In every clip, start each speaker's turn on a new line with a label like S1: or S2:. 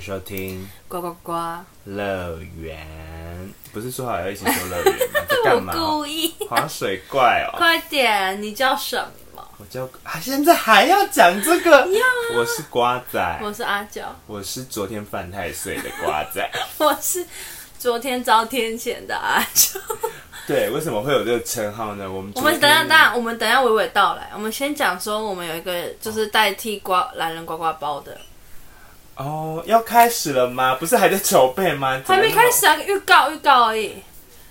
S1: 收听
S2: 呱呱呱！
S1: 乐园。不是说好要一起说乐园 吗？在干嘛？
S2: 我故意，
S1: 滑水怪哦！
S2: 快点！你叫什么？
S1: 我叫啊，现在还要讲这个？
S2: 要
S1: 我是瓜仔，
S2: 我是阿娇，
S1: 我是昨天犯太岁的瓜仔。
S2: 我是昨天遭天谴的阿娇。
S1: 对，为什么会有这个称号呢？我们
S2: 我
S1: 昨
S2: 们
S1: 天
S2: 等一下，等一下，我们等一下娓娓道来。我们先讲说，我们有一个就是代替瓜懒人呱呱包的，
S1: 哦，要开始了吗？不是还在筹备吗？
S2: 还没开，始啊，预告预告而已。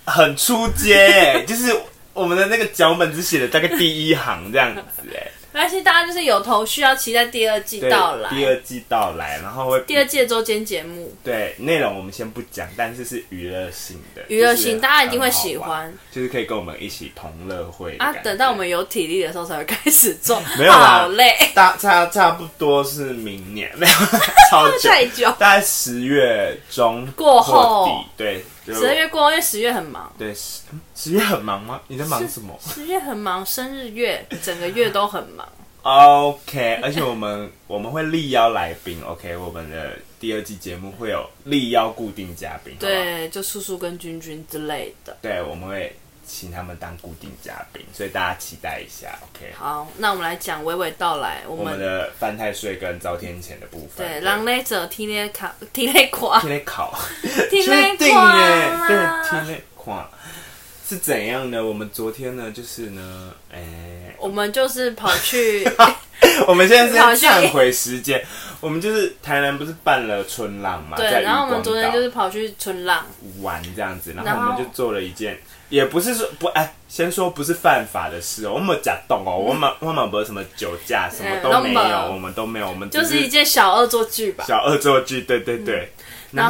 S1: 很出街，就是我们的那个脚本只写了大概第一行这样子 哎。
S2: 没关系，大家就是有头绪，要期待第二季
S1: 对
S2: 到来。
S1: 第二季到来，然后会
S2: 第二季的周间节目，
S1: 对内容我们先不讲，但是是娱乐性的，
S2: 娱乐
S1: 就是
S2: 性大家一定会
S1: 很好
S2: 喜
S1: 玩
S2: 欢，
S1: 就是可以跟我们一起同乐会的
S2: 啊
S1: 感。觉
S2: 等到我们有体力的时候才会开始做，
S1: 没有啦
S2: 好累，
S1: 大差差不多是明年，没有超久，
S2: 太久。
S1: 大概十月中
S2: 过后
S1: 或底，对，就
S2: 十二月过后，因为十月很忙。
S1: 对十嗯十月很忙吗？你在忙什么
S2: 十月很忙，生日月整个月都很忙。
S1: ？OK，而且我们我们会力邀来宾，OK，我们的第二季节目会有力邀固定嘉宾，好不好
S2: 对，就叔叔跟君君之类的。
S1: 对，我们会请他们当固定嘉宾，所以大家期待一下，OK。
S2: 好，那我们来讲娓娓道来，我
S1: 我们
S2: 们
S1: 的犯太岁跟遭天谴的部分，
S2: 对狼来者踢内卡 踢内垮
S1: 天天考，
S2: 踢内
S1: 定
S2: 垮
S1: 耶，对，天
S2: 啦。
S1: 天垮是怎样呢？我们昨天呢，就是呢，哎、
S2: 我们就是跑去，
S1: 我们现在是要
S2: 好像
S1: 忏悔时间，我们就是台南不是办了春浪嘛，在
S2: 对，
S1: 渔
S2: 然后我们
S1: 光
S2: 昨天
S1: 岛
S2: 就是跑去春浪，
S1: 玩这样子，然
S2: 然
S1: 后我
S2: 后
S1: 们就做了一件，也不是说不哎，先说不是犯法的事哦，我们假动哦，我们我们不是什么酒驾，什么
S2: 嗯
S1: 都没
S2: 都没
S1: 有，
S2: 有
S1: 我们都没有，我们只
S2: 就是一件小恶作剧吧。
S1: 小恶作剧，对对对。
S2: 嗯然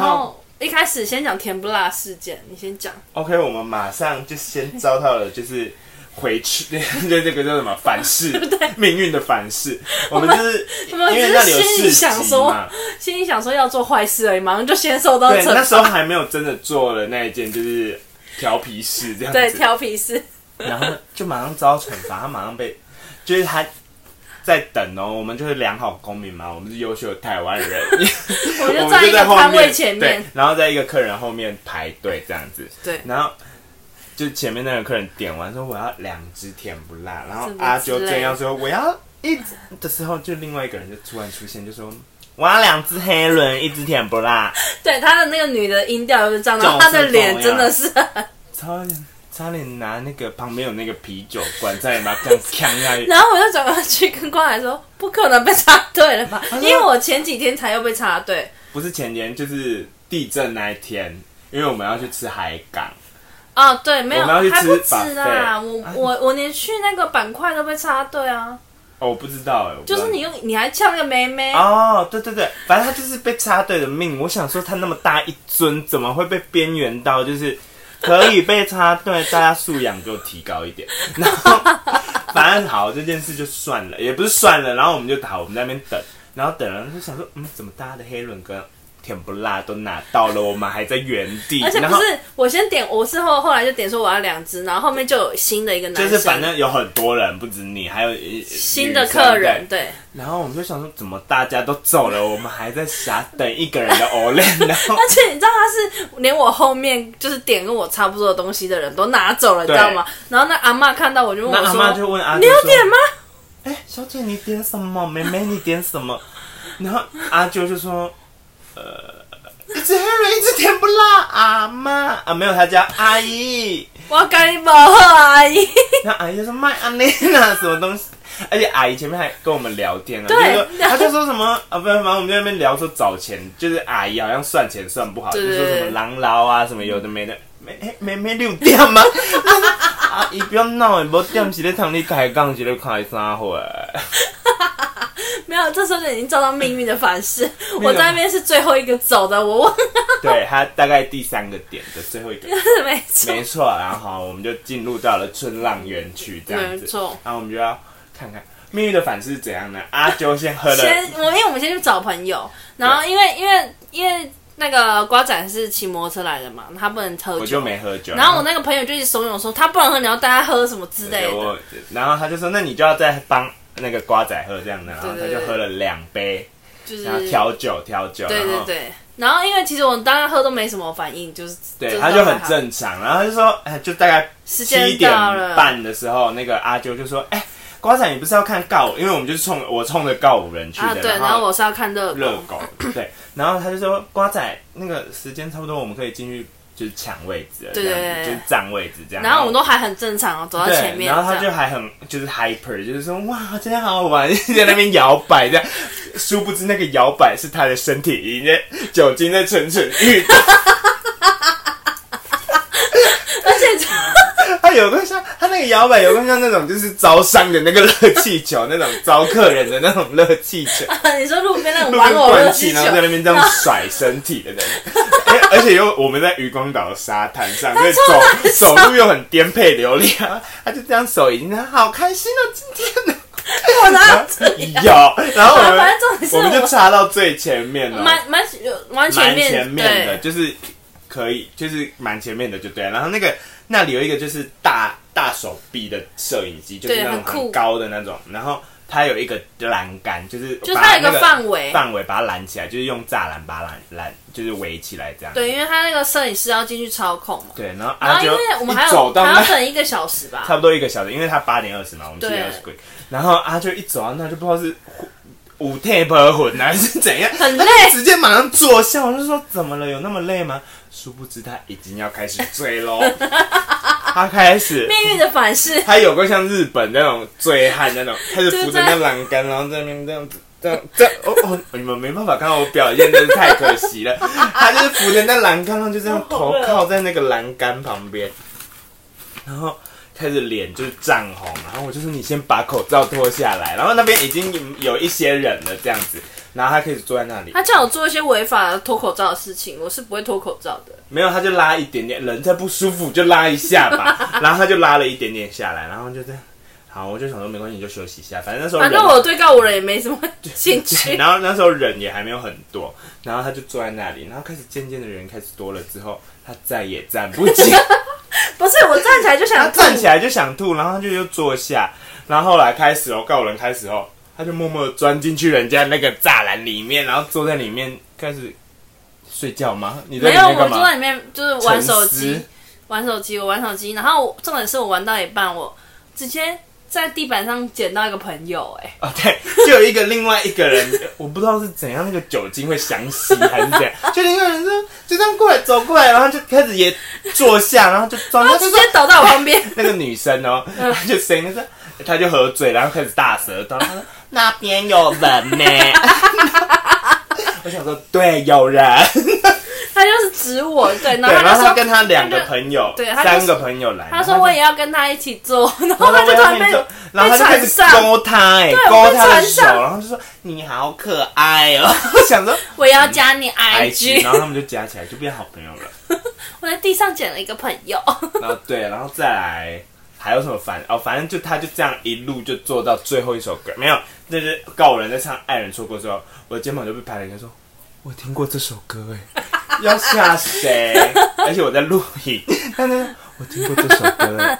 S1: 然后
S2: 后一开始先讲甜不辣事件，你先讲。
S1: OK，我们马上就先遭到了就是 回去， 就这个叫什么反 噬，命运的反噬。我们就是
S2: 我
S1: 因
S2: 们
S1: 为
S2: 只
S1: 那
S2: 是
S1: 里有
S2: 心里
S1: 市
S2: 想
S1: 集
S2: 说
S1: 嘛，，
S2: 心里想说要做坏事而已，马上就先受到
S1: 对，那
S2: 惩
S1: 时候还没有真的做了那一件就是调皮事这样子，
S2: 对调皮事。
S1: 然后就马上遭惩罚，他马上被，就是他在等哦，我们就是良好公民嘛，我们是优秀的台湾人，
S2: 我
S1: 我
S2: 们就
S1: 们
S2: 在
S1: 就
S2: 一个
S1: 在后
S2: 摊位前面
S1: 对，，然后在一个客人后面排队这样子，
S2: 对，
S1: 然后就前面那个客人点完说我要两只甜不辣，然后
S2: 什么
S1: 阿啾
S2: 之类
S1: 正要说我要一只的时候，就另外一个人就突然出现，就说我要两只黑轮，一只甜不辣，
S2: 对，他的那个女的音调就是这样，然后
S1: 这
S2: 他
S1: 种
S2: 的
S1: 是
S2: 脸
S1: 同
S2: 真的
S1: 样
S2: 是
S1: 差点差点拿那个旁边有那个啤酒罐在你妈这样呛下去。
S2: 然后我就转过去跟光海说：“不可能被插队了吧？
S1: 说
S2: 因为我前几天才又被插队
S1: 不是前年，就是地震那一天，因为我们要去吃海港，
S2: 哦，对，没有，
S1: 我们要去吃
S2: 还不止啦。
S1: buffet
S2: 我我我连去那个板块都被插队啊！
S1: 哦，我不知道哎，我不知
S2: 就
S1: 道
S2: 是你用你还呛那个妹妹，
S1: 哦，对对对，反正他就是被插队的命。我想说，他那么大一尊，怎么会被边缘到？就是可以被插队，大家素养给我提高 一点。然后，反正好这件事就算了，也不是算了。然后我们就打，我们在那边等，然后等了就想说，嗯，怎么大家的黑轮跟甜不辣都拿到了，我们还在原地？
S2: 而且
S1: 然
S2: 不
S1: 后
S2: 是我先点，我是后后来就点说我要两只，然后后面就有新的一个男
S1: 就
S2: 生，
S1: 是反正有很多人，不止你，还有一
S2: 新的客。
S1: 女生对
S2: 人，对，
S1: 然后我们就想说，怎么大家都走了，我们还在傻等一个人的 o l 然后
S2: 而且你知道他是连我后面就是点跟我差不多的东西的人都拿走了，你
S1: 对
S2: 知道吗？然后那阿嬷看到我就问
S1: 那
S2: 我
S1: 阿
S2: 说
S1: 妈就问阿：“
S2: 你
S1: 啾
S2: 有
S1: 说
S2: 点吗？”：“
S1: 哎、小姐你点什么？妹妹你点什么？”然后阿啾就说：“呃，一只黑人，一只甜不辣，阿妈啊没有，他叫阿姨。
S2: 我跟你保护阿姨。
S1: 然后阿姨就说卖安 妮娜什么东西，而且阿姨前面还跟我们聊天呢、啊就
S2: 对
S1: 是说她就说什么啊，不然反正我们在那边聊说找钱，就是阿姨好像算钱算不好，
S2: 对对
S1: 就说什
S2: 对
S1: 么狼牢啊什么有的没的，没哎没没六点吗？啊阿姨不要闹诶，无点是咧同你开讲，是咧开啥会？
S2: 没有，这时候就已经遭到命运的反 噬。
S1: 有
S2: 我在那边是最后一个走的，我忘
S1: 对，她大概第三个点的最后一个。
S2: 了没错。
S1: 没错，然后我们就进入到了春浪园区这样子，
S2: 没错
S1: 然后我们就要看看命运的反噬是怎样呢？阿啾先喝了，
S2: 先我因为我们先去找朋友，然后因为因为因为那个瓜仔是骑摩托车来的嘛，他不能喝
S1: 我
S2: 酒
S1: 就。没喝酒，
S2: 然后我那个朋友就一直怂恿说，他不能喝，你要带他喝什么之类
S1: 对
S2: 的。
S1: 我，然后他就说：“那你就要再帮那个瓜仔喝这样的。”然后他
S2: 对对
S1: 就喝了两杯，
S2: 就是
S1: 然后调酒调酒，
S2: 对
S1: 然
S2: 对
S1: 后
S2: 对。然后因为其实我当然喝都没什么反应，就是
S1: 对，
S2: 是
S1: 他就
S2: 都还
S1: 很
S2: 好
S1: 正常，然后就说，哎，就大概
S2: 时
S1: 七
S2: 间
S1: 点
S2: 到了
S1: 半的时候，那个阿啾就说，哎，瓜仔，你不是要看告五？因为我们就是冲我冲着告五人去
S2: 啊，
S1: 的，
S2: 对，然后我是要看热
S1: 热
S2: 狗，
S1: 狗，对，然后他就说，瓜仔，那个时间差不多，我们可以进去就是抢位置了，
S2: 对
S1: 这样子
S2: 对对对
S1: 就是占位置这样。
S2: 然后我们都还很正常哦，走到
S1: 对
S2: 前面这样，
S1: 然后他就还很就是 hyper，就是说哇，真的好好玩， 在那边摇摆这样。殊不知那个摇摆是他的身体已经在酒精在蠢蠢欲动。
S2: 而且
S1: 他有个像他那个摇摆有个像那种就是招商的那个热气球，那种招客人的那种热气 球，
S2: 你说路边那种
S1: 路
S2: 玩
S1: 边
S2: 偶热
S1: 灌
S2: 气
S1: 气，
S2: 球
S1: 然后，在那边这样甩身体的那种。 而而且又我们在渔光岛的沙滩上，所以走走路又很颠沛流离啊，他就这样手已经好开心哦，今天呢。
S2: 我拿
S1: 有，然后我们
S2: 反正重点是
S1: 我们就
S2: 我
S1: 插到最前面了，
S2: 蛮蛮蛮
S1: 蛮
S2: 前面，
S1: 前面的，
S2: 对，
S1: 就是可以，就是蛮前面的就对了。然后那个那里有一个就是大大手臂的摄影机，就是
S2: 对
S1: 那种
S2: 很酷
S1: 很高的那种，然后它有一个栏杆，就是
S2: 就是
S1: 把
S2: 它有一
S1: 那
S2: 个
S1: 个
S2: 范围，
S1: 范围把它拦起来，就是用栅栏把它拦拦，就是围起来这样。
S2: 对，因为他那个摄影师要进去操控嘛，
S1: 对，然后
S2: 然
S1: 阿
S2: 后因
S1: 啾
S2: 为我们还
S1: 啊一走
S2: 有
S1: 到
S2: 还
S1: 那
S2: 要等一个小时吧，
S1: 差不多一个小时，因为他八点二十嘛，我们七
S2: 对
S1: 点二十归。然后阿啾一走啊到那就不知道是五 t 不混还是怎样，
S2: 很累
S1: 他就直接马上坐下，我就说怎么了？有那么累吗？殊不知他已经要开始醉 喽，他开始。
S2: 命运的反噬，
S1: 他有过像日本那种醉汉那种，他就扶着那栏杆，然后在那边这样子，这样这样，哦哦，你们没办法看到我表演，真是太可惜了。他就是扶着那栏杆，然后就这样头靠在那个栏杆旁边，然后开始脸就是涨红，然后我就说你先把口罩脱下来，然后那边已经有一些人了这样子，然后他开始坐在那里，
S2: 他叫我做一些违法的脱口罩的事情，我是不会脱口罩的。
S1: 没有，他就拉一点点，人再不舒服就拉一下吧， 然后他就拉了一点点下来，然后就这样。好，我就想说没关系，你就休息一下，反正那时候
S2: 反正
S1: 人
S2: 我对告五人也没什么兴趣，
S1: 然后那时候人也还没有很多，然后他就坐在那里，然后开始渐渐的人开始多了之后，他再也站不 起，
S2: 不是我站起来就
S1: 他
S2: 想
S1: 站起
S2: 来，
S1: 来就想吐，然后他就又坐下，然后后来开始哦，告人开始哦，他就默默的钻进去人家那个栅栏里面，然后坐在里面开始睡觉吗？你在
S2: 没
S1: 里
S2: 有，
S1: 面
S2: 我
S1: 干
S2: 坐在
S1: 嘛？
S2: 里面就是玩手
S1: 沉
S2: 机
S1: 思，
S2: 玩手机，我玩手机，然后我重点是我玩到一半，我直接在地板上捡到一个朋友、哎。
S1: 哦，对，就有一个另外一个人， 我不知道是怎样，那个酒精会详细还是怎 样，就另外一个人说就这样过来走过来，然后就开始也坐下，然后就装，他
S2: 他
S1: 就
S2: 直
S1: 说
S2: 接倒在我旁边，
S1: 那个女生 哦，她就声音就是，她就喝醉，然后开始大舌头，她 说那边有人呢。 我想说，对，有人。
S2: 他就是指我，对，然
S1: 对，然
S2: 后他就
S1: 后
S2: 说
S1: 她跟她两个朋友，
S2: 对她就
S1: 三个朋友来，
S2: 他说我也要跟他一起 做，然后
S1: 然后她
S2: 他
S1: 就
S2: 就突然被，
S1: 然后她就开始勾她，哎，
S2: 对我
S1: 勾
S2: 被
S1: 她的
S2: 传
S1: 手，
S2: 上
S1: 然后就说你好可爱哦。我想说
S2: 我也要加你
S1: IG，然
S2: IG，
S1: 后他们就加起来就变好朋友了。
S2: 我在地上捡了一个朋友，
S1: 然后对，然后再来还有什么反哦，反正就他就这样一路就做到最后一首歌，没有，就是告人在唱《爱人错过》之后，我的肩膀就被拍了一下，说我听过这首歌哎，要吓谁？而且我在录影，但是我听过这首歌哎。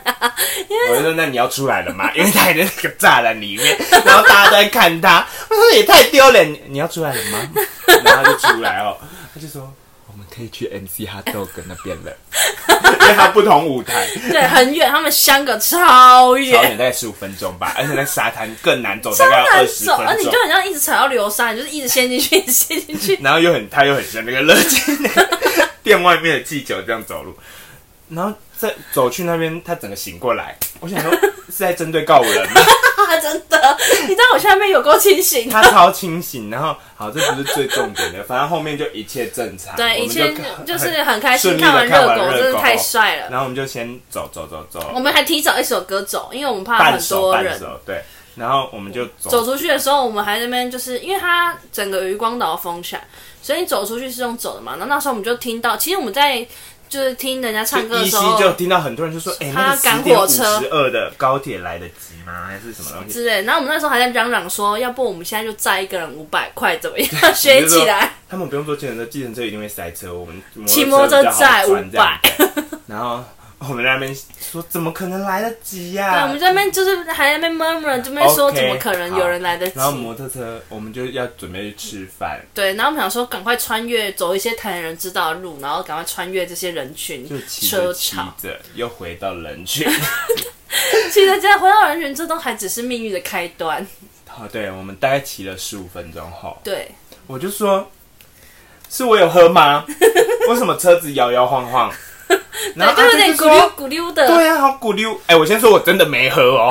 S1: 我就说那你要出来了吗？因为他还在那个栅栏里面，然后大家都在看他，我说也太丢脸，你要出来了吗？然后他就出来哦，他就说我们可以去 MC Hot Dog 那边了，因为他不同舞 台，
S2: 对，很远，他们相隔超
S1: 跑
S2: 远，
S1: 远大概十五分钟吧，而且在沙滩更难走，大
S2: 超
S1: 概要
S2: 难
S1: 二十
S2: 走，而
S1: 分
S2: 你
S1: 钟
S2: 就。很像一直踩到流沙，你就是一直陷进去，一直陷 进去，
S1: 然后又很他又很像那个乐金店外面的气球这样走路，然后再走去那边，他整个醒过来，我想说是在针对告我人 吗？
S2: 啊，真的，你知道我下面有够清醒的，
S1: 他超清醒，然后好，这不是最重点的，反正后面就一切正常，
S2: 对，
S1: 我
S2: 以
S1: 们
S2: 前
S1: 看
S2: 就是很开
S1: 顺
S2: 心
S1: 利地
S2: 看完
S1: 看完
S2: 热狗，
S1: 热
S2: 真的
S1: 狗
S2: 太帅了，
S1: 然后我们就先走走走
S2: 我
S1: 走，
S2: 们还提早一首歌走，因为我们怕
S1: 半
S2: 很
S1: 手
S2: 多
S1: 半
S2: 人。
S1: 手对，然后我们就走
S2: 走出去的时候，我们还在那边，就是因为它整个渔光岛封起来，所以你走出去是用走的嘛。然后那时候我们就听到，其实我们在就是听人家唱歌的
S1: 依
S2: 时
S1: 稀
S2: 候
S1: 就听到很多人就说：“哎、那
S2: 他
S1: 个十
S2: 赶
S1: 点
S2: 火
S1: 五
S2: 车
S1: 十二的高铁来得及吗？还是什么东西
S2: 之 类，然后我们那时候还在嚷嚷说，要不我们现在就载一个人五百块怎么 样？学起来，？”
S1: 他们不用坐计程车，计程车一定会塞车。我们
S2: 骑摩托
S1: 车
S2: 车
S1: 比较好
S2: 载
S1: 钻这样
S2: 500
S1: 子，然后我们在那边说怎么可能来得及啊呀、
S2: 对，我们在那边就是还在那边 murmur，这边说
S1: OK，
S2: 怎么可能有人来得及
S1: 然？后摩托车，我们就要准备去吃饭，
S2: 对，然后我们想说赶快穿越，走一些台南人知道的路，然后赶快穿越这些人群
S1: 就骑
S2: 车
S1: 着骑
S2: 潮。
S1: 着又回到人群。
S2: 其实在回到人群，这都还只是命运的开端。
S1: 哦，对，我们大概骑了十五分钟后，
S2: 对，
S1: 我就说，是我有喝 吗？为什么车子摇摇晃晃？然后
S2: 啊对，就有
S1: 他
S2: 点咕
S1: 就
S2: 溜
S1: 说，
S2: 咕溜 的，
S1: 对啊，好鼓溜。哎、我先说我真的没喝 哦，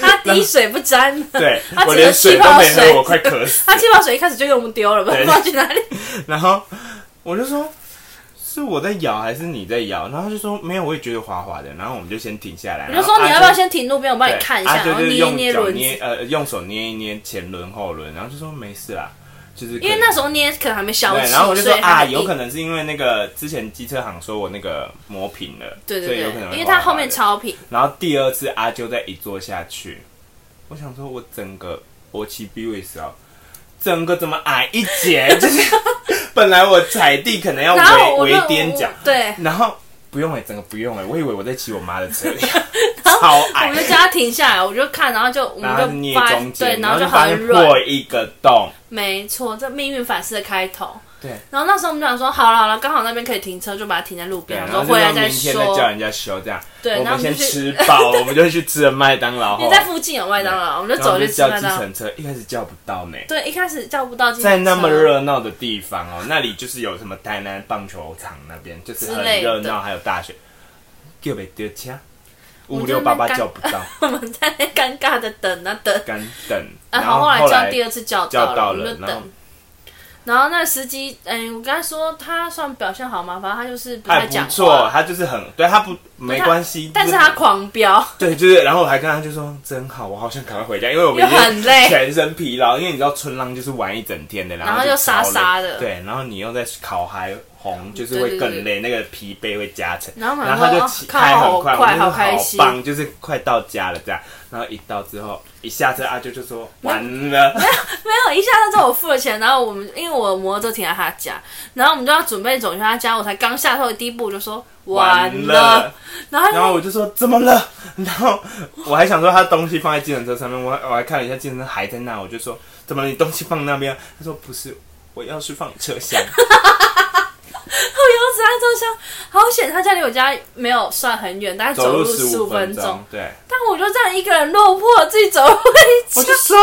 S2: 他滴水不沾。
S1: 对
S2: 他只
S1: 我连
S2: 是气
S1: 水都
S2: 泡
S1: 没
S2: 水
S1: 喝，我快渴死。
S2: 他气泡水一开始就给我们丢了，不知道去哪里。
S1: 然后我就说。是我在摇还是你在摇？然后他就说没有，我也觉得滑滑的。然后我们就先停下来。
S2: 我
S1: 然
S2: 就
S1: 后
S2: 说
S1: 阿
S2: 你
S1: 珍
S2: 要不要先停路边，我帮你
S1: 对
S2: 看一下，
S1: 啊、就
S2: 然后
S1: 是
S2: 捏一
S1: 用
S2: 捏
S1: 脚
S2: 轮
S1: 捏
S2: 子。
S1: 呃用手捏一捏前轮后轮，然后就说没事啦，就是可
S2: 因为
S1: 以
S2: 那时候捏可能还没消
S1: 对，
S2: 气，
S1: 然后我就
S2: 所
S1: 说
S2: 以
S1: 啊，
S2: 还没
S1: 有
S2: 硬
S1: 可能是因为那个之前机车行说我那个磨平了，
S2: 对
S1: 所
S2: 对
S1: 以有可能
S2: 对，
S1: 会
S2: 因为他
S1: 滑滑
S2: 后面
S1: 的。
S2: 超平，
S1: 然后第二次阿啾再一坐下去，我想说我整个我骑 B 位时候，哦整个怎么矮一截， 就是本来我踩地可能要
S2: 然后我
S1: 围
S2: 就
S1: 围踮脚，
S2: 对，
S1: 然后不用哎、整个不用哎、我以为我在骑我妈的 车， 超
S2: 我
S1: 矮
S2: 们。就叫他停下来，我就看，然后就我
S1: 哎然后
S2: 们
S1: 捏
S2: 就发
S1: 中
S2: 对，
S1: 间，
S2: 然后就
S1: 就发
S2: 很
S1: 现
S2: 软
S1: 破，一个洞，
S2: 没错，这命运反噬的开头。
S1: 对，
S2: 然后那时候我们就想说，好了好了，刚好那边可以停车，就把它停在路
S1: 对，
S2: 边，
S1: 然
S2: 说
S1: 后就
S2: 回来
S1: 说明天再
S2: 说。
S1: 叫人家修这样。
S2: 对，
S1: 我
S2: 然后
S1: 们
S2: 我们
S1: 先
S2: 就去，
S1: 吃饱，我们就去吃了麦当 劳。
S2: 因为在附近有麦当劳，我们就
S1: 然后
S2: 走
S1: 我
S2: 去
S1: 们就
S2: 吃
S1: 叫
S2: 麦
S1: 计
S2: 当劳。
S1: 程车，一开始叫不到呢。
S2: 对，一开始叫不到计程车，
S1: 在那么热闹的地方哦，那里就是有什么台南棒球场那边，就是
S2: 之
S1: 很
S2: 类的
S1: 热闹，还有大学，叫不到车，
S2: 们
S1: 五
S2: 就
S1: 六
S2: 在那
S1: 八
S2: 边
S1: 八
S2: 干
S1: 叫不到，
S2: 我们在那尴尬的等啊等，
S1: 干等。
S2: 啊，
S1: 然后
S2: 好，后来
S1: 后
S2: 叫
S1: 来
S2: 第二次叫
S1: 叫
S2: 到了，
S1: 到
S2: 我们
S1: 了，
S2: 就
S1: 然后
S2: 等。然后那个司机，嗯，我跟他说他算表现好吗？反正他就是不
S1: 他
S2: 太
S1: 也
S2: 讲
S1: 不错，
S2: 话，
S1: 他就是很对他不没
S2: 他
S1: 关系，
S2: 但是他狂飙，
S1: 对，就是，然后我还跟他就说，真好，我好想赶快回家，因为我们
S2: 又
S1: 已经
S2: 很累
S1: 全身疲劳，因为你知道春浪就是玩一整天的，然
S2: 然后
S1: 就
S2: 又沙
S1: 超累
S2: 沙的
S1: 对，然后你又在烤嗨红，就是
S2: 对对
S1: 会更
S2: 对
S1: 累，那个疲惫会加成，
S2: 然后马
S1: 然
S2: 上
S1: 后他就
S2: 哦
S1: 骑
S2: 靠
S1: 开
S2: 好
S1: 很快，
S2: 快
S1: 我就
S2: 好
S1: 说
S2: 开心
S1: 棒，就是快到家了这样，然后一到之后一下车阿啾就说完了，
S2: 没有一下子之后我付了钱，然后我们因为我摩托车停在他家，然后我们就要准备走去他家，我才刚下车的第一步就说 完了，，然后他就
S1: 然后我就说怎么了？然后我还想说他东西放在计程车上面，我还我还看了一下计程车还在那，我就说怎么了？你东西放那边？他说不是，我钥匙放你车厢。
S2: 我有子安车厢，好险他家离我家没有算很远，大概 走
S1: 路
S2: 路
S1: 十
S2: 十五
S1: 分
S2: 分钟，，
S1: 对，
S2: 但我就这样一个人落魄自己走路回
S1: 我
S2: 家
S1: 就。说。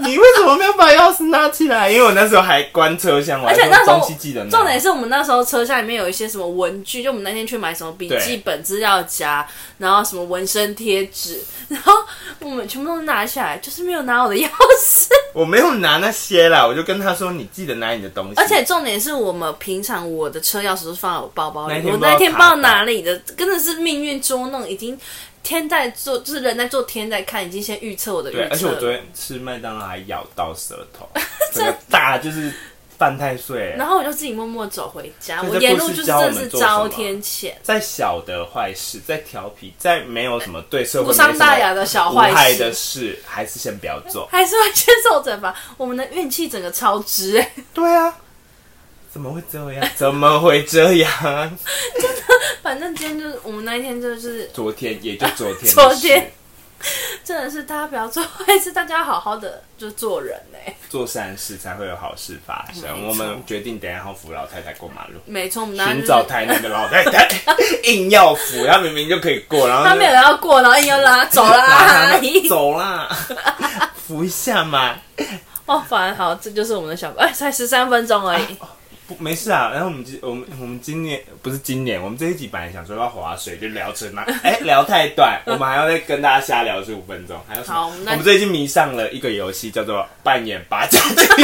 S1: 你为什么没有把钥匙拿起来？因为我那时候还关车厢，我还
S2: 而且
S1: 说
S2: 那时候
S1: 东西记得拿。
S2: 重点是我们那时候车厢里面有一些什么文具，就我们那天去买什么笔
S1: 对
S2: 记本、资料夹，然后什么纹身贴纸，然后我们全部都拿下来，就是没有拿我的钥匙。
S1: 我没有拿那些啦，我就跟他说你记得拿你的东西。
S2: 而且重点是我们平常我的车钥匙都是放在我包包
S1: 那一
S2: 里，
S1: 天
S2: 我
S1: 不知道
S2: 那天不知
S1: 卡
S2: 道
S1: 到
S2: 哪里的，真的是命运捉弄，已经天在做，就是人在做天在看，已经先预测我的预测
S1: 对，
S2: 了。
S1: 而且我昨天吃麦当劳还咬到舌 头，整个大就是犯太岁。
S2: 然后我就自己默默走回家，
S1: 所以
S2: 我
S1: 这
S2: 沿
S1: 故
S2: 路
S1: 事
S2: 就是
S1: 教我
S2: 真的
S1: 们
S2: 是
S1: 做什么
S2: 遭天谴，
S1: 在小的坏事，在调皮，在没有什么对社会
S2: 无伤大雅的小
S1: 没什么无
S2: 坏
S1: 害
S2: 事
S1: 的。事，还是先不要做。
S2: 还是会接受惩罚。我们的运气整个超值哎、
S1: 对啊，怎么会这 样？怎么会这样？
S2: 反正今天就是我们那一天就是
S1: 昨天也就昨天的事，
S2: 昨天真的是大家不要做坏事，大家好好的就做人哎、
S1: 做善事才会有好事发
S2: 没
S1: 生。
S2: 错
S1: 我们决定等一下要扶老太太过马路，
S2: 没错，我们那天
S1: 寻
S2: 就
S1: 找
S2: 是
S1: 台南的老太 太，硬要扶，她明明就可以过，然后就
S2: 他没有要过，然后硬要拉走 啦，
S1: 拉
S2: 阿
S1: 她
S2: 姨。
S1: 走啦， 扶一下嘛。
S2: 哦，反而好，这就是我们的小哎，才十三分钟而已。
S1: 不没事啊，然后我们今我们我们今年不是今年，我们这一集本来想说要划水，就聊成那 哎、聊太 短，我们还要再跟大家瞎聊十五分钟，还有什么？
S2: 好我们再
S1: 我们最近迷上了一个游戏，叫做扮演八角的游戏，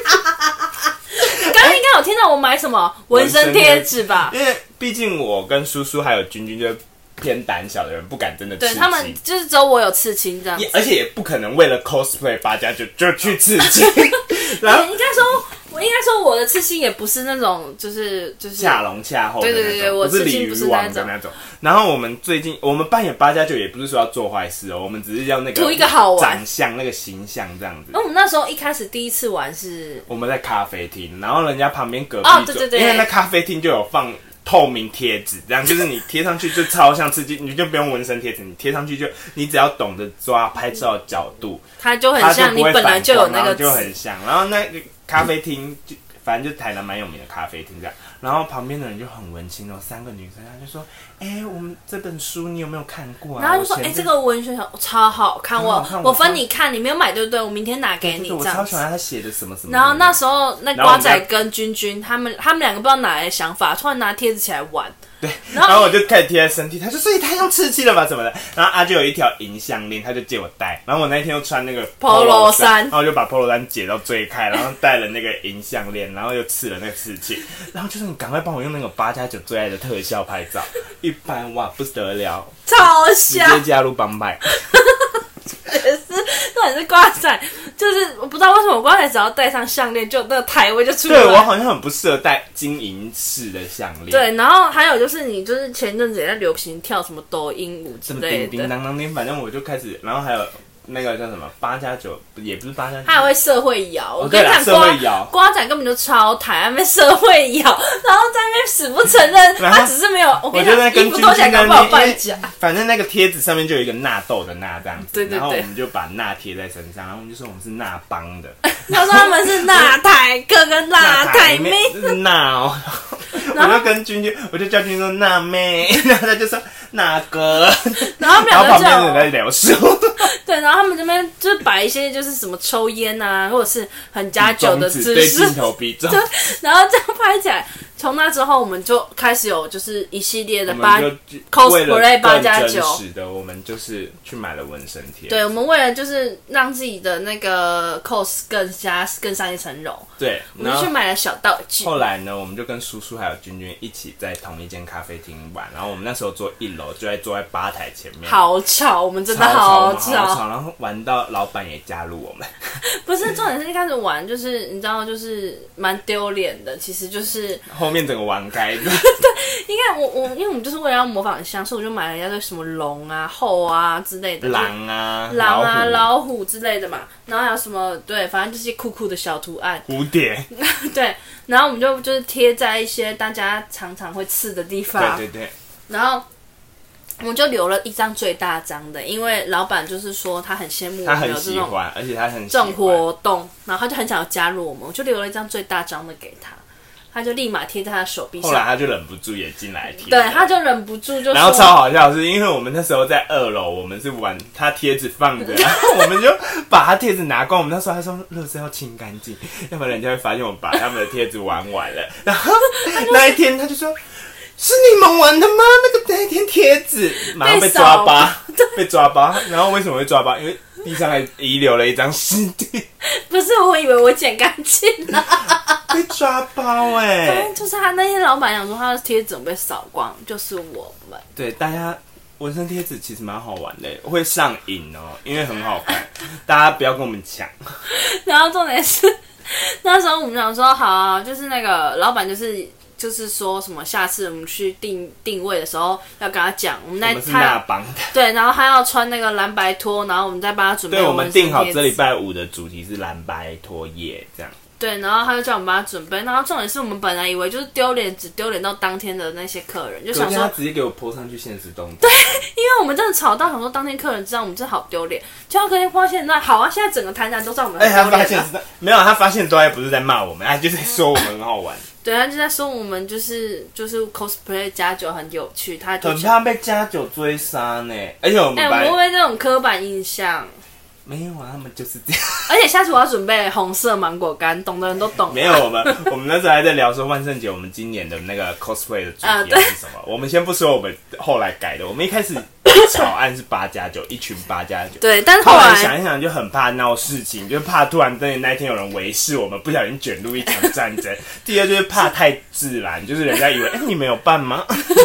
S2: 刚刚应该有听到我买什么纹身贴纸吧？
S1: 因为毕竟我跟叔叔还有君君就是偏胆小的人，不敢真的刺
S2: 对
S1: 青，
S2: 他们就是只有我有刺青这样
S1: 也而且也不可能为了 cosplay 八家就就去刺 青， 然后
S2: 应该说，我应该说我的刺青也不是那种，就是就是
S1: 下龙下后的
S2: 对
S1: 那
S2: 对
S1: 种，
S2: 对对我
S1: 不是
S2: 至
S1: 鲤
S2: 今不
S1: 鱼
S2: 是那
S1: 王
S2: 种
S1: 的那种。然后我们最近我们扮演八加九也不是说要做坏事哦，我们只是要那个
S2: 图一个好玩哦
S1: 长相那个形象这样子
S2: 那。我们那时候一开始第一次玩是
S1: 我们在咖啡厅，然后人家旁边隔壁
S2: 哦
S1: 桌
S2: 对对对
S1: 因为那咖啡厅就有放透明贴纸，这样就是你贴上去就超像刺激，你就不用纹身贴纸，你贴上去就你只要懂得抓拍照的角度，
S2: 它就很
S1: 它就
S2: 像
S1: 不
S2: 你
S1: 会
S2: 本来
S1: 反
S2: 就有
S1: 光
S2: 那
S1: 然后
S2: 个
S1: 就
S2: 字，
S1: 很像。然后那个咖啡厅就反正就台南蛮有名的咖啡厅这样，然后旁边的人就很文青哦，三个女生，她就说：“哎、我们这本书你有没有看过啊？”
S2: 然后就说
S1: 我：“前
S2: 哎、
S1: 阵
S2: 这个文学小超好看，
S1: 很
S2: 我
S1: 好看我
S2: 我分
S1: 超
S2: 你看，你没有买对不对？我明天拿给
S1: 就
S2: 你
S1: 是我
S2: 这
S1: 超
S2: 样
S1: 喜
S2: 子。”
S1: 欢他写的什么什么。
S2: 然后那
S1: 什么
S2: 时候，那
S1: 然后我
S2: 瓜
S1: 们
S2: 仔
S1: 家
S2: 跟君君他们他们两个不知道哪来的想法，突然拿贴纸起来玩。
S1: 对，
S2: 然
S1: 然
S2: 后
S1: 后我就开始贴在身体，他就所以他用刺激了吧什么的。然后阿就有一条银项链，他就借我戴。然后我那天又穿那个
S2: Polo
S1: 衫，
S2: 衫
S1: 然后我就把 polo 衫解到最开，然后戴了那个银项链，然后又刺了那个刺青。然后就是你赶快帮我用那个八加九最爱的特效拍照，一般哇不得了，
S2: 超
S1: 直
S2: 瞎，
S1: 接加入帮派。
S2: 那也是瓜仔，就是我不知道为什么瓜仔只要戴上项链，就那个台位就出来
S1: 对我
S2: 了。
S1: 好像很不适合戴金银饰的项链，，
S2: 对，然后还有就是你就是前阵子也在流行跳什么抖音舞之
S1: 什么
S2: 类
S1: 叮叮
S2: 的，
S1: 当当叮，反正我就开始，然后还有那个叫什么八加九，也不是八加九
S2: 他。还会社会摇。我
S1: 哦
S2: 跟
S1: 对
S2: 你
S1: 啦
S2: 讲，
S1: 社会
S2: 瓜
S1: 摇
S2: 瓜仔根本就超台，还没社会摇，然后在那边死不承认，
S1: 然后
S2: 他只是没有。我
S1: 我
S2: 跟你
S1: 觉得
S2: 讲，
S1: 跟君
S2: 衣服
S1: 君
S2: 脱起来搞不好半假。
S1: 反正那个贴纸上面就有一个纳豆的 纳这样子，
S2: 对对对
S1: 然后我们就把纳贴在身上，然后我们就说我们是纳帮 的，
S2: 他说他们是纳台哥跟纳台啊妹，
S1: 纳 哦，
S2: 然
S1: 我
S2: 后
S1: 就跟君君，我就叫君君说纳妹， 然后他就说纳哥，
S2: 然后他们
S1: 然后
S2: 两
S1: 旁
S2: 个
S1: 边的人
S2: 就
S1: 在
S2: 有
S1: 聊书，
S2: 对，然后他们这边就是摆一些就是什么抽烟啊，或者是很加酒的
S1: 中指
S2: 姿
S1: 嗯对
S2: 势
S1: 镜，头比中，
S2: 然后这样拍起来。从那之后，我们就开始有就是一系列的
S1: 我
S2: 八，
S1: 们就
S2: cosplay
S1: 为了
S2: 八加
S1: 更
S2: 九
S1: 真实的，我们就是去买了纹身贴，
S2: 对我们为了就是让自己的那个 cos 更加更上一层楼，
S1: 对，
S2: 我
S1: 然
S2: 们
S1: 后哦
S2: 去。买了小道具。
S1: 后来呢，我们就跟叔叔还有君君一起在同一间咖啡厅玩，然后我们那时候坐一楼，就在坐在吧台前面，
S2: 好吵，我们真的
S1: 超
S2: 好
S1: 吵，好吵，然后玩到老板也加入我们，
S2: 不是重点是一开始玩，就是你知道，就是蛮丢脸的。其实就是
S1: 后面整个玩开，
S2: 你看我我，因为我们就是为了要模仿香，所以我就买了一大堆什么龙啊、后啊之类的，
S1: 狼啊，
S2: 就是、 狼
S1: 老
S2: 啊、老虎之类的嘛。然后还有什么对，反正就是一些酷酷的小图案，
S1: 虎、蝴蝶，
S2: 对。然后我们就就是贴在一些大家常常会刺的地方，
S1: 对对对，
S2: 然后。我们就留了一张最大张的，因为老板就是说他很羡慕我
S1: 他
S2: 们
S1: 很
S2: 有这
S1: 喜
S2: 种
S1: 欢，而且他很喜
S2: 这种
S1: 欢。
S2: 活动，然后他就很想要加入我们，我就留了一张最大张的给他，他就立马贴在他的手臂
S1: 后来
S2: 上，
S1: 他就忍不住也进来贴，
S2: 对，他就忍不住 就
S1: 然后超
S2: 说，
S1: 好笑的是，因为我们那时候在二楼，我们是玩他贴纸放着，然后我们就把他贴纸拿光。我们那时候还说乐色要清干净，要不然人家会发现我们把他们的贴纸玩完了。然后那一天他就说。是你们玩的吗？那个那一天贴纸马上被抓包，被抓包。然后为什么会抓包？因为地上还遗留了一张尸体，
S2: 不是，我以为我剪干净了，
S1: 被抓包哎、
S2: 反正就是他啊那天老板想说他的贴纸被扫光，就是我们，
S1: 对，大家纹身贴纸其实蛮好玩的，会上瘾哦，因为很好看。大家不要跟我们抢。
S2: 然后重点是 那时候我们想说好啊、就是那个老板就是。就是说什么，下次我们去定定位的时候要跟他讲，我们
S1: 我
S2: 那
S1: 们是那
S2: 他
S1: 帮的。
S2: 对，然后他要穿那个蓝白拖，然后我们再帮他准备
S1: 对，我们定好
S2: 贴
S1: 这
S2: 纸
S1: 礼拜五的主题是蓝白拖夜，这样。
S2: 对，然后他就叫我们帮他准备。然后重点是我们本来以为就是丢脸，只丢脸到当天的那些客人，就
S1: 昨
S2: 想
S1: 天
S2: 说
S1: 他，直接给我泼上去现实动态。对，
S2: 因为我们真的吵到想说当天客人知道我们真的好丢脸，结果隔天发现那好啊，现在整个台南都知道我们
S1: 而
S2: 很
S1: 且哎他
S2: 丢
S1: 发
S2: 脸
S1: 现
S2: 了。
S1: 是没有，他发现都还不是在骂我们，他就是在说我们很好玩，
S2: 对，他就在说我们就是就是 cosplay 加酒很有趣，他 就
S1: 很
S2: 想
S1: 怕被加九追杀呢。而且我们
S2: 哎、我
S1: 白、
S2: 们会不会这种刻板印象？
S1: 没有啊，他们就是这样。
S2: 而且下次我要准备红色芒果干，懂的人都懂。
S1: 没有，我们我们那时候还在聊说万圣节我们今年的那 个 cosplay 的主
S2: 啊
S1: 题
S2: 对
S1: 是什么。我们先不说我们后来改的，我们一开 始草案是八加九，一群八加九。
S2: 对，但是
S1: 后
S2: 后
S1: 来
S2: 来
S1: 想一想，就很怕闹事情，就怕突然间那一天有人围视我们，不小心卷入一场战 争。第二就是怕太自然，就是人家以为哎、你们有办 吗？啊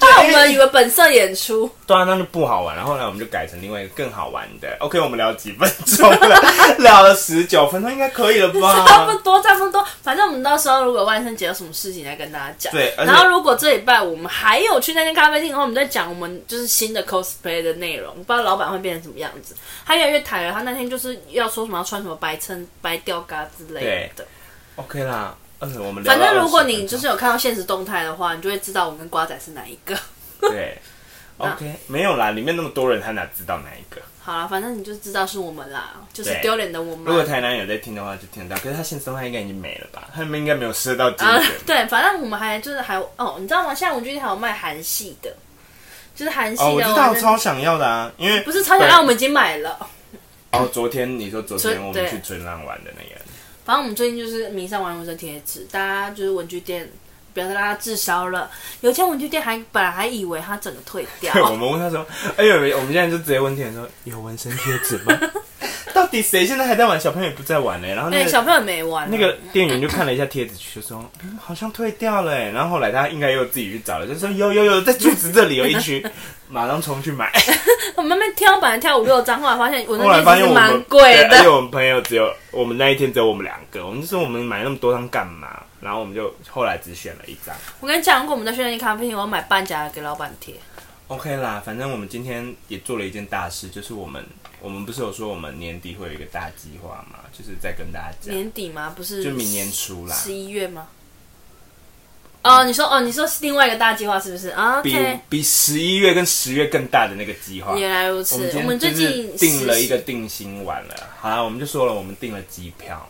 S2: 后来我们以为本色演出，
S1: 对啊，那就不好玩了。后来我们就改成另外一个更好玩的。OK，我们聊几分钟 了，聊了十九分钟，应该可以了
S2: 差 不
S1: 吧？
S2: 多，差不多。反正我们到时候如果万圣节有什么事情再跟大家讲。
S1: 对而且
S2: 然后如果这礼拜我们还有去那间咖啡厅的话，我们再讲我们就是新的 cosplay 的内容，不知道老板会变成什么样子。他越来越抬了，他那天就是要说什么要穿什么白衬、白吊嘎之类的。
S1: OK 啦，嗯，我们聊
S2: 反
S1: 到
S2: 正如果
S1: 20
S2: 你就是有看到现实动态的话，你就会知道我跟瓜仔是哪一个。
S1: 对，OK，没有啦，里面那么多人，他哪知道哪一个？
S2: 好了，反正你就知道是我们啦，就是
S1: 对
S2: 丢脸的我
S1: 如果
S2: 们。
S1: 台南有在听的话，就听得到。可是他现实动态应该已经没了吧？他们应该没有设到精
S2: 啊
S1: 准。，
S2: 对，反正我们还就是还哦，你知道吗？现在文具店还有卖韩系的，就是韩系的，
S1: 哦，我知道，
S2: 反
S1: 我
S2: 正
S1: 超想要的啊，因为
S2: 不是超想
S1: 对
S2: 要，我们已经买了。
S1: 哦，昨天你说昨天
S2: 昨
S1: 我们去
S2: 对
S1: 春浪玩的那个，
S2: 反正我们最近就是迷上玩纹身贴纸，大家就是文具店不要再让它滞销了。有一天文具店还本来还以为它整个退掉，
S1: 对， 我们问他说，哎呦，我们现在就直接问店员说，有纹身贴纸吗？ 到底谁现在还在玩？小朋友也不在玩呢、欸然后那
S2: 对，
S1: 个
S2: 哎小朋友没玩。
S1: 那个店员就看了一下贴纸，就说、嗯、好像退掉了、欸。然后后来他应该又自己去找了，就说有有有，在柱子这里有一 区，马上冲去买。
S2: 我们慢慢挑，本来挑五六张，后来发现纹
S1: 后来
S2: 身
S1: 发
S2: 贴
S1: 现
S2: 纸
S1: 我
S2: 蛮
S1: 们
S2: 贵
S1: 对而哎且
S2: 的。
S1: 我们朋友只有我们那一天只有我们两个，我们就说我们买那么多张干嘛？然后我们就后来只选了一张。
S2: 我跟你讲，如果我们在训练咖啡厅，我要买半价的给老板贴。
S1: OK 啦，反正我们今天也做了一件大事，就是我们我们不是有说我们年底会有一个大计划嘛，就是在跟大家讲，
S2: 年底吗？不是，
S1: 就明年初啦，
S2: 十一月吗？哦，你说哦，你说是另外一个大计划是不是啊
S1: 比
S2: ？OK，
S1: 比十一月跟十月更大的那个计划。
S2: 原来如此。我
S1: 我
S2: 们
S1: 们今
S2: 最
S1: 天就是
S2: 近
S1: 定了
S2: 实
S1: 一个定心丸了。好啦，我们就说了，我们订了机票。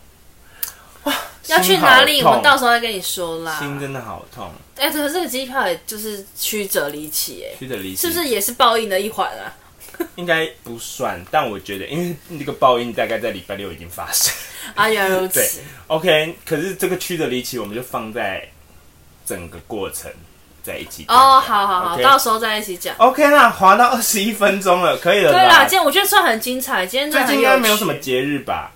S1: 哇，
S2: 要去
S1: 心好
S2: 哪里，我
S1: 痛
S2: 们到时候再跟你说啦。
S1: 心真的好痛，
S2: 哎、这个这个机票也就是曲折离奇哎，
S1: 去的离
S2: 是不是也是报应的一环啊？
S1: 应该不算，但我觉得，因为那个报应大概在礼拜六已经发生。
S2: 啊，原来如
S1: 对
S2: 此。
S1: OK，可是这个曲的离奇，我们就放在整个过程在一起讲
S2: 哦，好好好
S1: OK
S2: 到时候再一起讲。
S1: OK 啦，滑到二十一分钟了，可以了
S2: 对啦，
S1: 啦。
S2: 今天我觉得算很精彩，今天真
S1: 最
S2: 的很
S1: 近应
S2: 有
S1: 该没有
S2: 趣
S1: 什么。节日吧？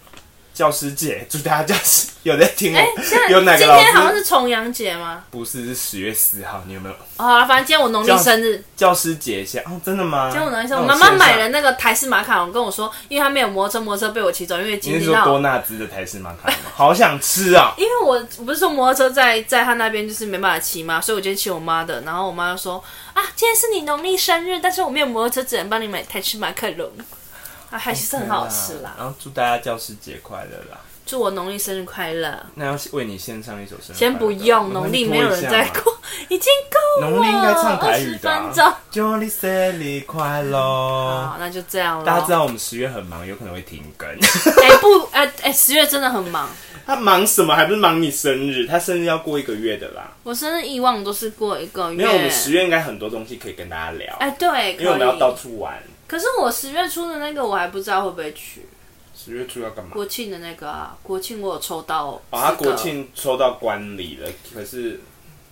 S1: 教师节，祝大家教师有在听我
S2: 哎、现在
S1: 有哪个
S2: 今
S1: 老师
S2: 天好像是重阳节吗？
S1: 不是是十月四号？你有没有
S2: 哦好了，反正今天我农
S1: 这
S2: 历
S1: 样
S2: 生日，
S1: 教师节一下？哦，真的吗？
S2: 今天我农历生日，
S1: 那
S2: 我妈妈
S1: 线上
S2: 买了。那个台式马卡龙，跟我说，因为她没有摩托车，摩托车被我骑走，因为
S1: 你
S2: 经
S1: 是
S2: 济
S1: 说
S2: 到
S1: 多纳兹的台式马卡龙吗？好想吃 啊！
S2: 因为我我不是说摩托车在在他那边就是没办法骑嘛，所以我今天骑我妈的，然后我妈就说啊，今天是你农历生日，但是我没有摩托车，只能帮你买台式马克龙，啊，还是很好吃啦。
S1: 啊然后祝大家教师节快乐啦！
S2: 祝我农历生日快乐！
S1: 那要为你献上一首生日快乐歌。
S2: 先不用农历，没有人在过，已经够 了。
S1: 农历应该唱台语的、
S2: 20分
S1: 啊
S2: 钟。。
S1: 祝你生日快乐！
S2: 好，那就这样
S1: 大家知
S2: 了。
S1: 道我们十月很忙，有可能会停更。
S2: 哎、不，哎、哎，十、月真的很忙，
S1: 他忙什么？还不是忙你生日？他生日要过一个月的啦。
S2: 我生日以往都是过一个
S1: 没
S2: 月。
S1: 有，我们十月应该很多东西可以跟大家聊，
S2: 哎、对，可
S1: 因为我们要到
S2: 以。
S1: 处玩。
S2: 可是我十月初的那个我还不知道会不会去。
S1: 十月初要干嘛？
S2: 国庆的那个啊，国庆我有抽到哦。
S1: 哦，他国庆抽到观礼了，可是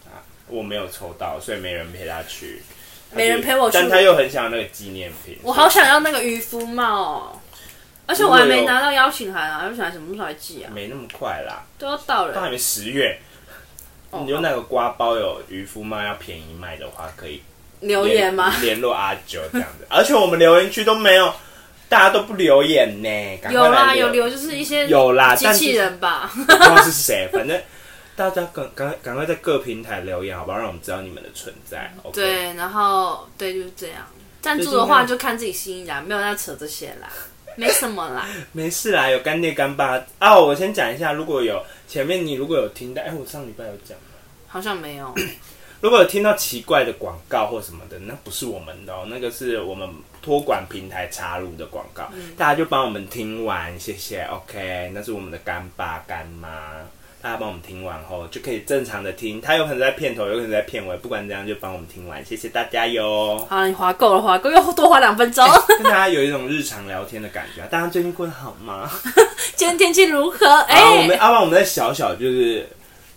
S1: 啊我没有抽到，所以没人陪他去。
S2: 没人陪我去
S1: 但他又很想要那个纪念品。
S2: 我好想要那个渔夫帽哦，而且我还没拿到邀请函啊，邀请函什么时候来寄啊？
S1: 没那么快啦，
S2: 都要到
S1: 都还
S2: 了。
S1: 没十月。
S2: 哦
S1: 你有那个瓜包有渔夫帽要便宜卖的话，可以
S2: 哦留言吗？
S1: 联络阿九这样子， 而且我们留言区都没有，大家都不留言呢。赶快
S2: 有啦，
S1: 来
S2: 有留就是一些
S1: 有啦，
S2: 机
S1: 但
S2: 器
S1: 是
S2: 人吧。
S1: 不知道是谁，反正大家赶赶赶快在各平台留言，好不好？让我们知道你们的存在。OK，
S2: 对，然后对就是这样。赞助的话就看自己心意啦，没有要扯这些 啦，没什么啦。
S1: 没事啦，有干爹干爸啊。我先讲一下，如果有前面你如果有听到，哎、我上礼拜有讲。
S2: 好像没有，
S1: 如果有听到奇怪的广告或什么的，那不是我们的哦，那个是我们托管平台插入的广告，大家就帮我们听完，谢谢，OK，那是我们的干爸干妈。大家帮我们听完后，就可以正常的听。他有可能在片头，有可能在片尾，不管怎样就帮我们听完，谢谢大家哟
S2: 。好了，你划够了，划够，又多划两分钟。
S1: 跟大家有一种日常聊天的感觉啊。大家最近过得好吗？
S2: 今天天气如何？
S1: 啊，我
S2: 哎、
S1: 们阿爸，我们在小小就是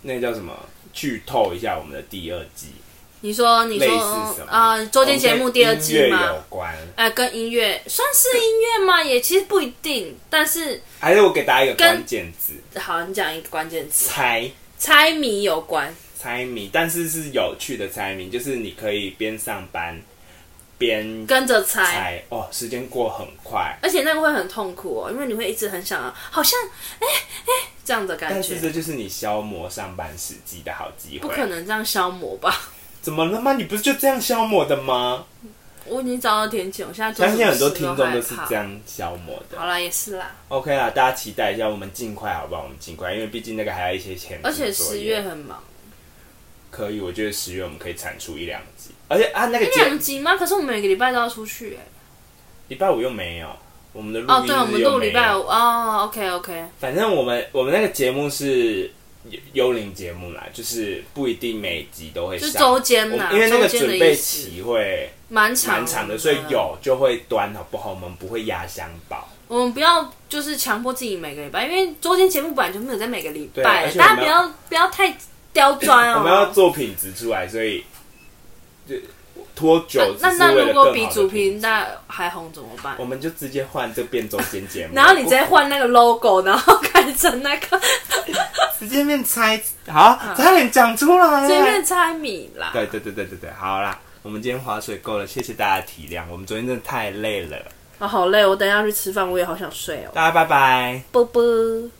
S1: 那个叫什么，剧透一下我们的第二季，
S2: 你说你
S1: 类
S2: 说
S1: 似什么
S2: 啊、周间节目第二季
S1: 跟音
S2: 吗？
S1: 乐有关。
S2: 呃，跟音乐算是音乐吗？也其实不一定，但是
S1: 还是我给大家一个
S2: 跟
S1: 关键字，
S2: 好，你讲一个关键词，
S1: 猜
S2: 猜谜有关，
S1: 猜谜，但是是有趣的猜谜，就是你可以边上班边
S2: 跟着猜，
S1: 猜。哦，时间过很快，
S2: 而且那个会很痛苦哦，因为你会一直很想要，好像哎哎、这样的感
S1: 但是
S2: 觉，
S1: 这就是你消磨上班时机的好机会。
S2: 不可能这样消磨吧？
S1: 怎么了吗？你不是就这样消磨的吗？
S2: 我已经找到甜点，我现在做
S1: 相信
S2: 什么
S1: 很多
S2: 事
S1: 听众
S2: 害
S1: 都是
S2: 怕
S1: 这。样消磨的。
S2: 好啦，也是啦，
S1: OK 啦，大家期待一下，我们尽快好不好？我们尽快，因为毕竟那个还要一些钱。
S2: 而且十月很忙，
S1: 可以，我觉得十月我们可以产出一两集，而且啊，那个
S2: 一
S1: 节
S2: 两集吗？可是我们每个礼拜都要出去哎、
S1: 礼拜五又没有，我们的录音
S2: 哦，对，我
S1: 日
S2: 们
S1: 又没有
S2: 录礼拜五哦 OK OK，
S1: 反正我们我们那个节目是幽幽灵节目啦，就是不一定每集都会
S2: 就是
S1: 上，
S2: 周间
S1: 啊
S2: 啊
S1: 我
S2: 呐，
S1: 因为那
S2: 周
S1: 个
S2: 间的
S1: 准
S2: 意
S1: 备
S2: 思
S1: 期会
S2: 蛮长
S1: 蛮长的，所以有就会端好不好？我们不会压箱宝，
S2: 我们不要就是强迫自己每个礼拜，因为周间节目本来就没有在每个礼
S1: 对
S2: 拜
S1: 而，且我
S2: 大家
S1: 们
S2: 不要不要太刁钻哦。
S1: 我们要做品质出来，所以就拖久只
S2: 那
S1: 是
S2: 那
S1: 为
S2: 如
S1: 了
S2: 果
S1: 更
S2: 比
S1: 好
S2: 主
S1: 的
S2: 频
S1: 品质。
S2: 那还红怎么办
S1: 我？们就直接换这变周间节目，
S2: 然后你直接换那个 logo，然后改成那个
S1: 直接变猜，好，差点讲出来了，
S2: 随便猜米啦。
S1: 对对对对对对，好啦，我们今天划水够了，谢谢大家体谅，我们昨天真的太累了，
S2: 啊，好累，我等一下要去吃饭，我也好想睡哦。
S1: 大家拜拜。
S2: 啵啵。